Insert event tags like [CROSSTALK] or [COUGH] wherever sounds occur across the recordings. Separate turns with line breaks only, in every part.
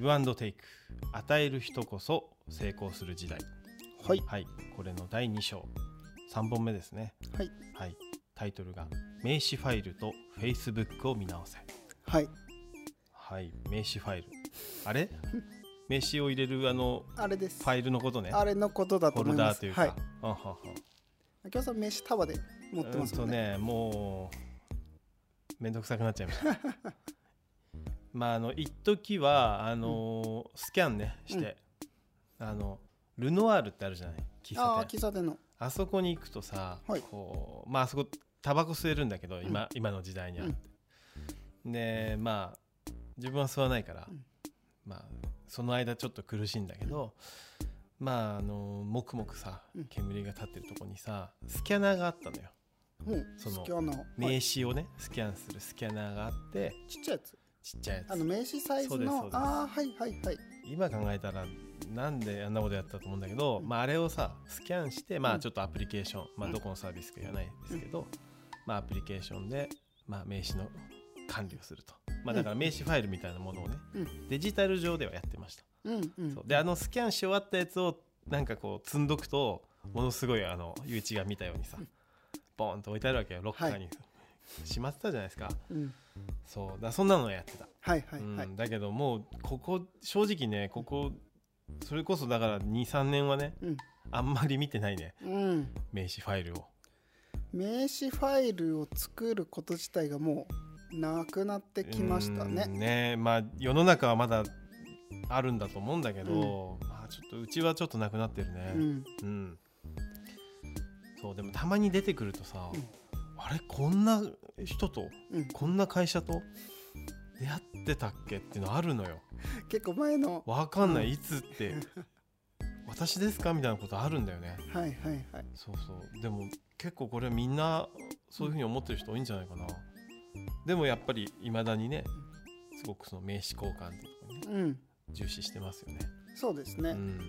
ブアンドテイク与える人こそ成功する時代
はい
はいこれの第2章3本目ですね
はい
はいタイトルが名刺ファイルと Facebook を見直せ
はい
はい名刺ファイルあ
[LAUGHS]
れ名刺を入れるあの
あれです
ファイルのことね
あれのことだと
フォ
思い
ル
ま
ダ
す
ーというか、
はい
うんはんはん
明夫さん飯束で持ってますもんね,、
うんとねもうめんどくさくなっちゃいました
[LAUGHS]
まああの一時はあの、スキャンねして、あのルノワールってあるじゃない喫
あ
茶
あ
店
喫茶店の
あそこに行くとさ、
はい
こうまああそこタバコ吸えるんだけど今,、今の時代にあって、でまあ自分は吸わないから、
うん
まあその間ちょっと苦しいんだけど、まああのもくもくさ
うん
煙が立ってるとこにさスキャナーがあったのよ
もう
その
今日の、はい
名刺をねスキャンするスキャナーがあって
ちっちゃいやつ
ちっちゃいや
あの
つ
名刺サイズ
そうですそう
の
です
ああはいはいはい
今考えたらなんであんなことやったと思うんだけど、
うん
まあ、あれをさスキャンして、ま
う
あ、
ん
ちょっとアプリケーション、まあ、
うん
どこのサービスか言わないですけど、まあ、アプリケーションで、まあ、名刺の管理をすると、まあ、だから名刺ファイルみたいなものをね、
う
デジタル上ではやってました、
うんうん
そうであのスキャンし終わったやつをなんかこう積んどくとものすごいあのゆういちが見たようにさボーンと置いてあるわけよロッカーに、しまってたじゃないですか
うん
そうだからそんなのやってた
はいはいはい、
うん、だけどもうここ正直ねここそれこそだから23年はね
うん
あんまり見てないね
うん、
名刺ファイルを
名刺ファイルを作ること自体がもうなくなってきました
う
ね
んねまあ世の中はまだあるんだと思うんだけど、まあ、ちょっとうちはちょっとなくなってる
う
ねうん、
ん
そうでもたまに出てくるとさ、
うん
あれこんな人と
うん
こんな会社と出会ってたっけっていうのあるのよ
結構前の
わかんない、
うん
いつって私ですかみたいなことあるんだよね
はいはいはい
そうそうでも結構これみんなそういうふうに思ってる人多いんじゃないかなでもやっぱりいまだにねすごくその名刺交換っていうところね
うん
重視してますよね
そうです
う
ね、
ん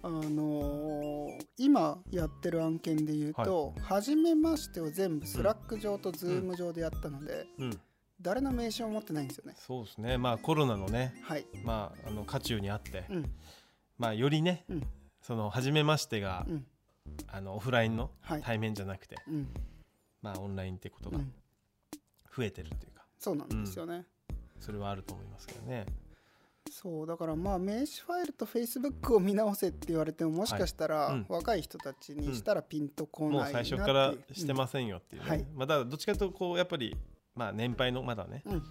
あのー今やってる案件で言うと、初めましてを全部スラック上とズーム上でやったので、
うん
誰の名刺を持ってないんですよね
そうですねまあコロナのね
はい
まああの渦中にあって
うん
まあよりね
うん
その初めましてが
うん
あのオフラインの
はい
対面じゃなくて
うん
まあオンラインってこと
う
が
ん
増えてるっていうか
そうなんですよね、
それはあると思いますけどね
そうだからまあ名刺ファイルとフェイスブックを見直せって言われてももしかしたら、
いうん
若い人たちにしたらピンとこ
もう
ないな
最初から
っていう
してませんよっていうね、
うんはい
まあ、だからどっちかというとこうやっぱり、まあ、年配のまだね、
うん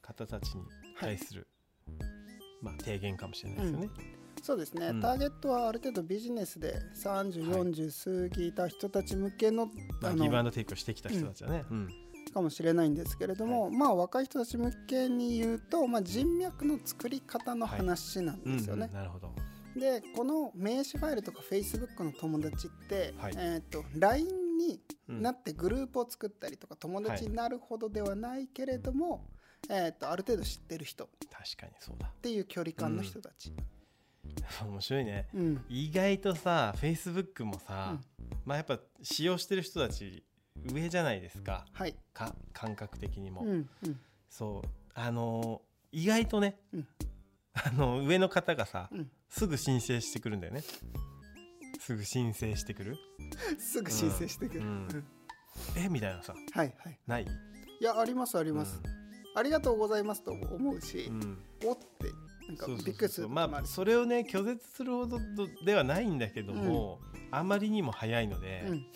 方たちに
はい
対する、まあ、提言かもしれないですよね。
そうですね、
うん
ターゲットはある程度ビジネスで
はい
3040過ぎた人たち向けの,、
まあ、
あ
ギブアン
の
ドテイクをしてきた人たちはね、うん
かもしれないんですけれども、まあ若い人たち向けに言うと、まあ、人脈の作り方の話なん
うん
ですよね。
なるほど、
でこの名刺ファイルとか Facebook の友達って、
はい
えー、と LINE に
うん
なってグループを作ったりとか友達になるほどではないけれども、えー、とある程度知ってる人っ
確かにそうだ [LAUGHS]
ていう距離感の人たち。
面白いね
うん
意外とさフェイスブックもさ、まあ、やっぱ使用してる人たち上じゃないですか
はい、
か感覚的にも、
うんうん
そうあのー意外とね、
うん
あの上の方がさ、
うん、
すぐ申請してくるんだよねすぐ申請してくる
すぐ申請してくる、
うんうん
うん
えみたいなさ
はいはい
ない
いやありますあり
い
ます、ありがとうございますと思うし、
うんうん
おってなんか
そうそう
びっく
そうそう
りする時もある
まあそれをね拒絶するほどではないんだけども、あまりにも早いので、
うん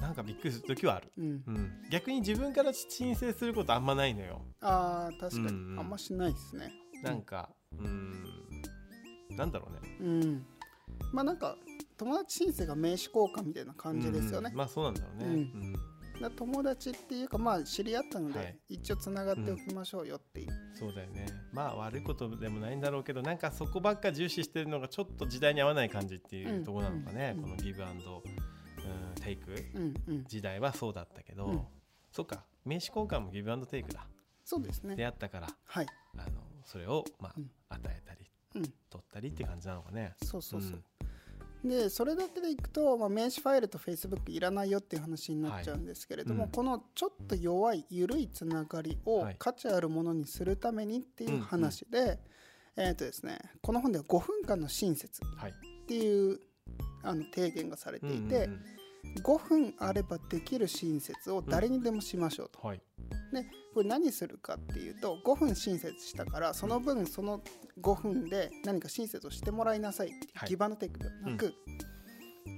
なんかびっくりする時はある、
うん
うん、逆に自分から申請することあんまないのよ
ああ確かに、
うんうん
あんましないですね
なんかうんなんだろうね
うんまあなんか友達申請が名刺交換みたいな感じですよね
うん、まあそうなんだろうね、
うんだ友達っていうかまあ知り合ったので、
はい
一応つながっておきましょうよっていう、
うんそうだよねまあ悪いことでもないんだろうけどなんかそこばっか重視してるのがちょっと時代に合わない感じっていうところなのかね、
うん
このギブアンド、うん、テイク
うんうん、
時代はそうだったけど、
うん
そっか名刺交換もギブアンドテイクだ
そうですね
出会ったから
はい
あのそれを、まあ
うん
与えたり
うん
取ったりって感じなのかね。
そうそうそう、でそれだけでいくと、まあ、名刺ファイルと Facebook いらないよっていう話になっちゃうんですけれども、
はいうん
このちょっと弱い緩いつながり
は
を
い
価値あるものにするためにっていう話で、えっ、とですねこの本では5分間の親切っ
はい
ていうあの提言がされていて、
うんうん
5分あればできる親切を誰にでもしましょうと。
うんはい
でこれ何するかっていうと5分親切したからその分その5分で何か親切をしてもらいなさいっていう
はい
ギバのテイクではなく、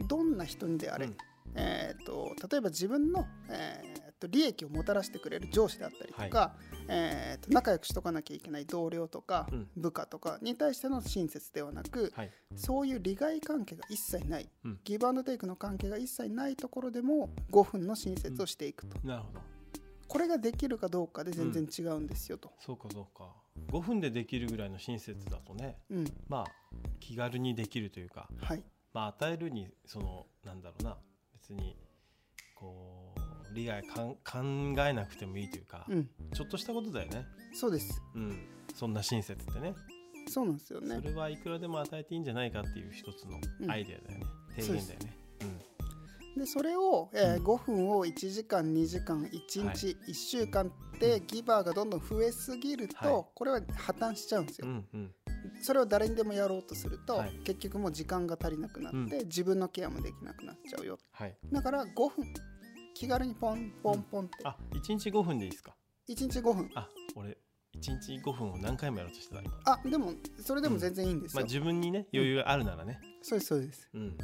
どんな人にであれ、
うん
えー、と例えば自分の、えー、と利益をもたらしてくれる上司であったりとか、えー、と仲良くしとかなきゃいけない同僚とか
うん
部下とかに対しての親切ではなく、
はい
そういう利害関係が一切ない、
うん
ギブアンドテイクの関係が一切ないところでも5分の親切をしていくと。
なるほど
これができるかどうかで全然違うんですよと、
そうかそうか5分でできるぐらいの親切だとね
うん
まあ気軽にできるというか
はい
まあ与えるにそのなんだろうな別にこう利害かん考えなくてもいいというか、
うん、
ちょっとしたことだよね
そうです
うんそんな親切ってね
そうなんですよね
それはいくらでも与えていいんじゃないかっていう一つのアイデアだよね、提言だよね
でそれを、えー
うん
5分を1時間2時間1日、1週間ってギバーがどんどん増えすぎると、
はい
これは破綻しちゃうんです
う
よ、
んうん
それを誰にでもやろうとすると、
はい
結局もう時間が足りなくなって、自分のケアもできなくなっちゃうよ
はい
だから5分気軽にポンポンポンって、
あ一日5分でいいですか
1日5分
あ俺一日5分を何回もやろうとしてた今
あでもそれでも全然いいんです
ま
よ、
あ自分にね余裕があるならね
そうですそうです
うん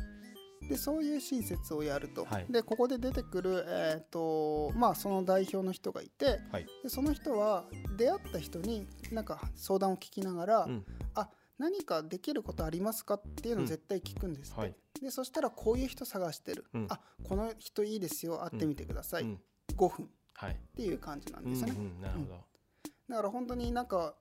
でそういう親切をやると、
はい
でここで出てくる、えーとまあ、その代表の人がいて
はい
でその人は出会った人になんか相談を聞きながら、
うん
何かできることありますかっていうのを絶対聞くんですって、
はい
でそしたらこういう人探してる、
うん
あこの人いいですよ会ってみてください、
うん
5分っ
はい
ていう感じなん
うん
ですよね、
うんなるほど
だから本当になんか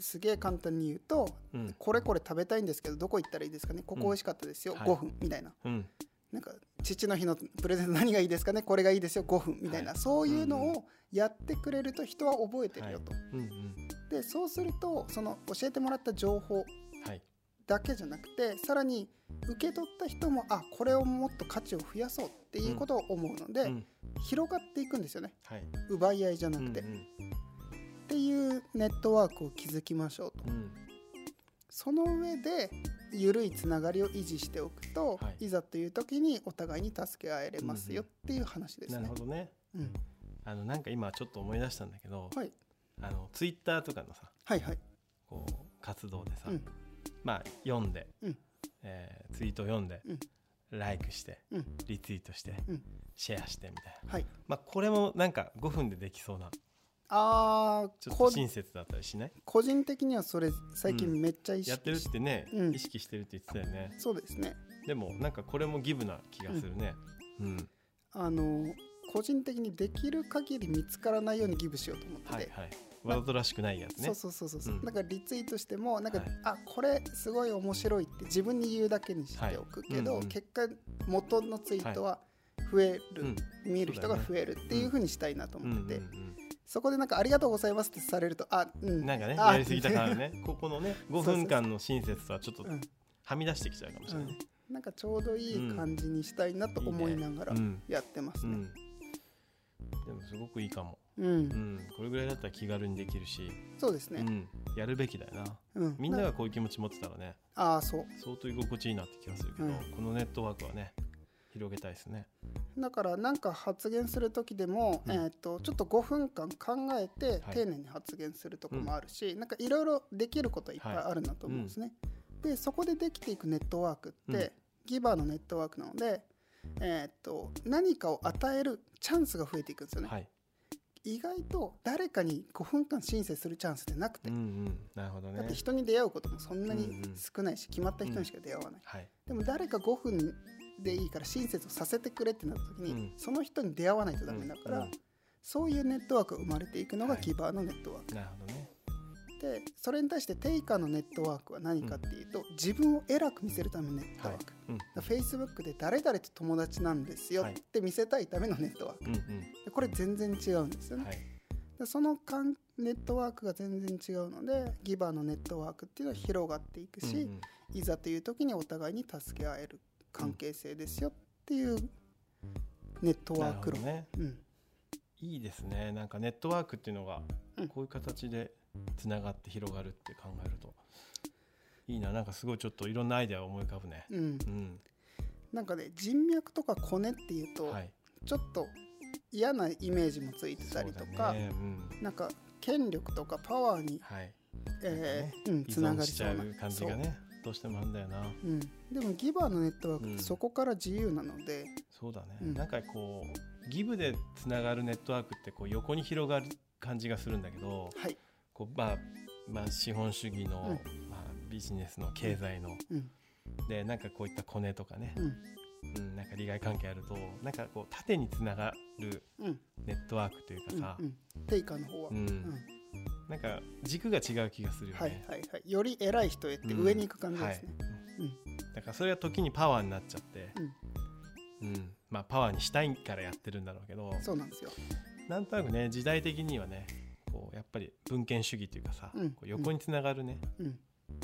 すげえ簡単に言うと
うん
これこれ食べたいんですけどどこ行ったらいいですかねここ美味しかったですよ、
うんはい
5分みたいな
うん
なんか父の日のプレゼント何がいいですかねこれがいいですよ5分みたいな、
は
そういう
うん
の
うん
をやってくれると人は覚えてるよと、
うんうん
でそうするとその教えてもらった情報
はい
だけじゃなくてさらに受け取った人もあこれをもっと価値を増やそうっていうことを思うので、
うん
広がっていくんですよね
はい
奪い合いじゃなくて、
う
っ
ん
ていうネットワークを築きましょうと
うんうん
その上で緩いつながりを維持しておくと、、
はい
ざという時にお互いに助け合えれますよっていう話です
なる
ね
ほ。どね
うん
あのなんか今ちょっと思い出したんだけど
はい
あのツイッターとかのさ
はいはい。
こう活動でさ
うん
まあ読んで
うん
えーツイート読んで
うん
ライクして
うん
リツイートして
うん
シェアしてみたいな
はい。
まあこれもなんか5分でできそうな
あ
ち
あ、
ょっ
こと
親切だったりしない
個人的にはそれ最近
う
めっちゃ意識
やってるっ
して
ね
うん
意識してるって言ってたよね
そうですね。
でもなんかこれもギブな気がするねうん
あの個人的にできる限り見つからないようにギブしようと思ってて。
はいはいわざとらしくないやつね
そうそうそうそうそう、
うん
だからリツイートしてもなんか、
はい
あこれすごい面白いって自分に言うだけにしておくけど、
はいうんうん
結果元のツイートは増える、
うん
見る人が増えるっていうふうにしたいなと
うん
思って
う
て、
んうん
そこでなんか「ありがとうございます」ってされるとあうん
なんかね
あ
やりすぎた感あ
[LAUGHS]
るねここのね5
そうそう
分間の親切とはちょっと
うん
はみ出してきちゃうかもしれないね
うん、なんかちょうどいい感じにしたいなと思いながら
うん
やってます
う
ね。
んでもすごくいいかも
うん、
うんこれぐらいだったら気軽にできるし
そうです
う
ね。
んやるべきだよな
うん、
みんながこういう気持ち持ってたらね
ああそう。
相当居心地いいなって気がするけど
うん
このネットワークはね広げたいですね
だからなんか発言する時でも、
うん
えーっとちょっと5分間考えて
はい
丁寧に発言するとこもあるし、なんかいろいろできることはいっぱいあるなと思うんですね。でそこでできていくネットワークって、
うん
ギバーのネットワークなので、えーっと何かを与えるチャンスが増えていくんですよね。
はい
意外と誰かに5分間申請するチャンスってなくて
うんうんなるほど
だっ
ね
て人に出会うこともそんなに
うんうん
少ないし、決まった人にしか出会わない、
はい
でも誰か5分でいいから親切をさせてくれってなった時に、
うん
その人に出会わないとダメだから、
うんうん
そういうネットワークが生まれていくのが
はい
ギバーのネットワーク、
なるほどね
でそれに対してテイカーのネットワークは何かっていうと、自分を偉く見せるためのネットワーク、
うん
フェイスブックで誰々と友達なんですよって見せたいためのネットワー
う
ク、
ん
でこれ全然違うんですよ
うん
ね、
はい
でそのかネットワークが全然違うのでギバーのネットワークっていうのは広がっていくし、
うんうん
いざという時にお互いに助け合える関係性ですよっていうネット
な
ワ
る
ー
ほ
ク
ど
論、
ね
うん、
いいですねなんかネットワークっていうのが
うん
こういう形でつながって広がるって考えるといいななんかすごいちょっといろんなアイデアを思い浮かぶね
うん
うん
なんかね人脈とかコネっていうと、
はい
ちょっと嫌なイメージもついてたりとか、
そうだねうん
なんか権力とかパワーに、
はい
えーうん、
依
つな
存
がり
しち
そう
ゃ
な
う感じがねどうしてもあるんだよな
そう、うん、でもギバーのネットワークっ
うん
てそこから自由なので、
そうだね、
うん
なんかこうギブでつながるネットワークってこう横に広がる感じがするんだけど
はい、
こう、まあ、まあ資本主義の、まあ、ビジネスの経済の
うん
でなんかこういったコネとかね
う、ん
うん、なんか利害関係あるとなんかこう縦につながる
うん
ネットワークというか
うん
さ、
うんテイカーの方は、
うん
うん
なんか軸が違う気がするよね。
はいはいはいより偉い人へって上に行く感じですね、
うんはいだからそれが時にパワーになっちゃって、うんまあ、パワーにしたいからやってるんだろうけど
そうなんですよ
なんとなくね時代的にはねこうやっぱり文献主義というかさ、
うん
こう横につながるね、
うん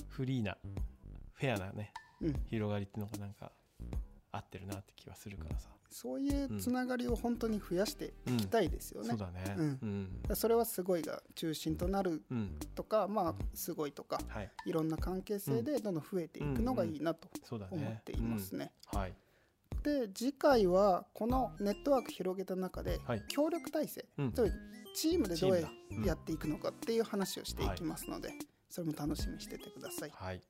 フリーなフェアなね
うん
広がりっていうのがなんか合ってるなって気はするからさ、
そういうつながりを本当に増やして
うん
いきたいですよね、
そう
だか
だね
うん
うん、
らそれはすごいが中心となる
うん
とかまあすごいとか
はい
いろんな関係性でどんどん増えていくのがいいなと
そうだね
思っていますね。
うんはい
で次回はこのネットワーク広げた中で
はい
協力体制、
うん
つまりチームでどう
チームだうん
やっていくのかっていう話をしていきますので、それも楽しみにしててください。
はい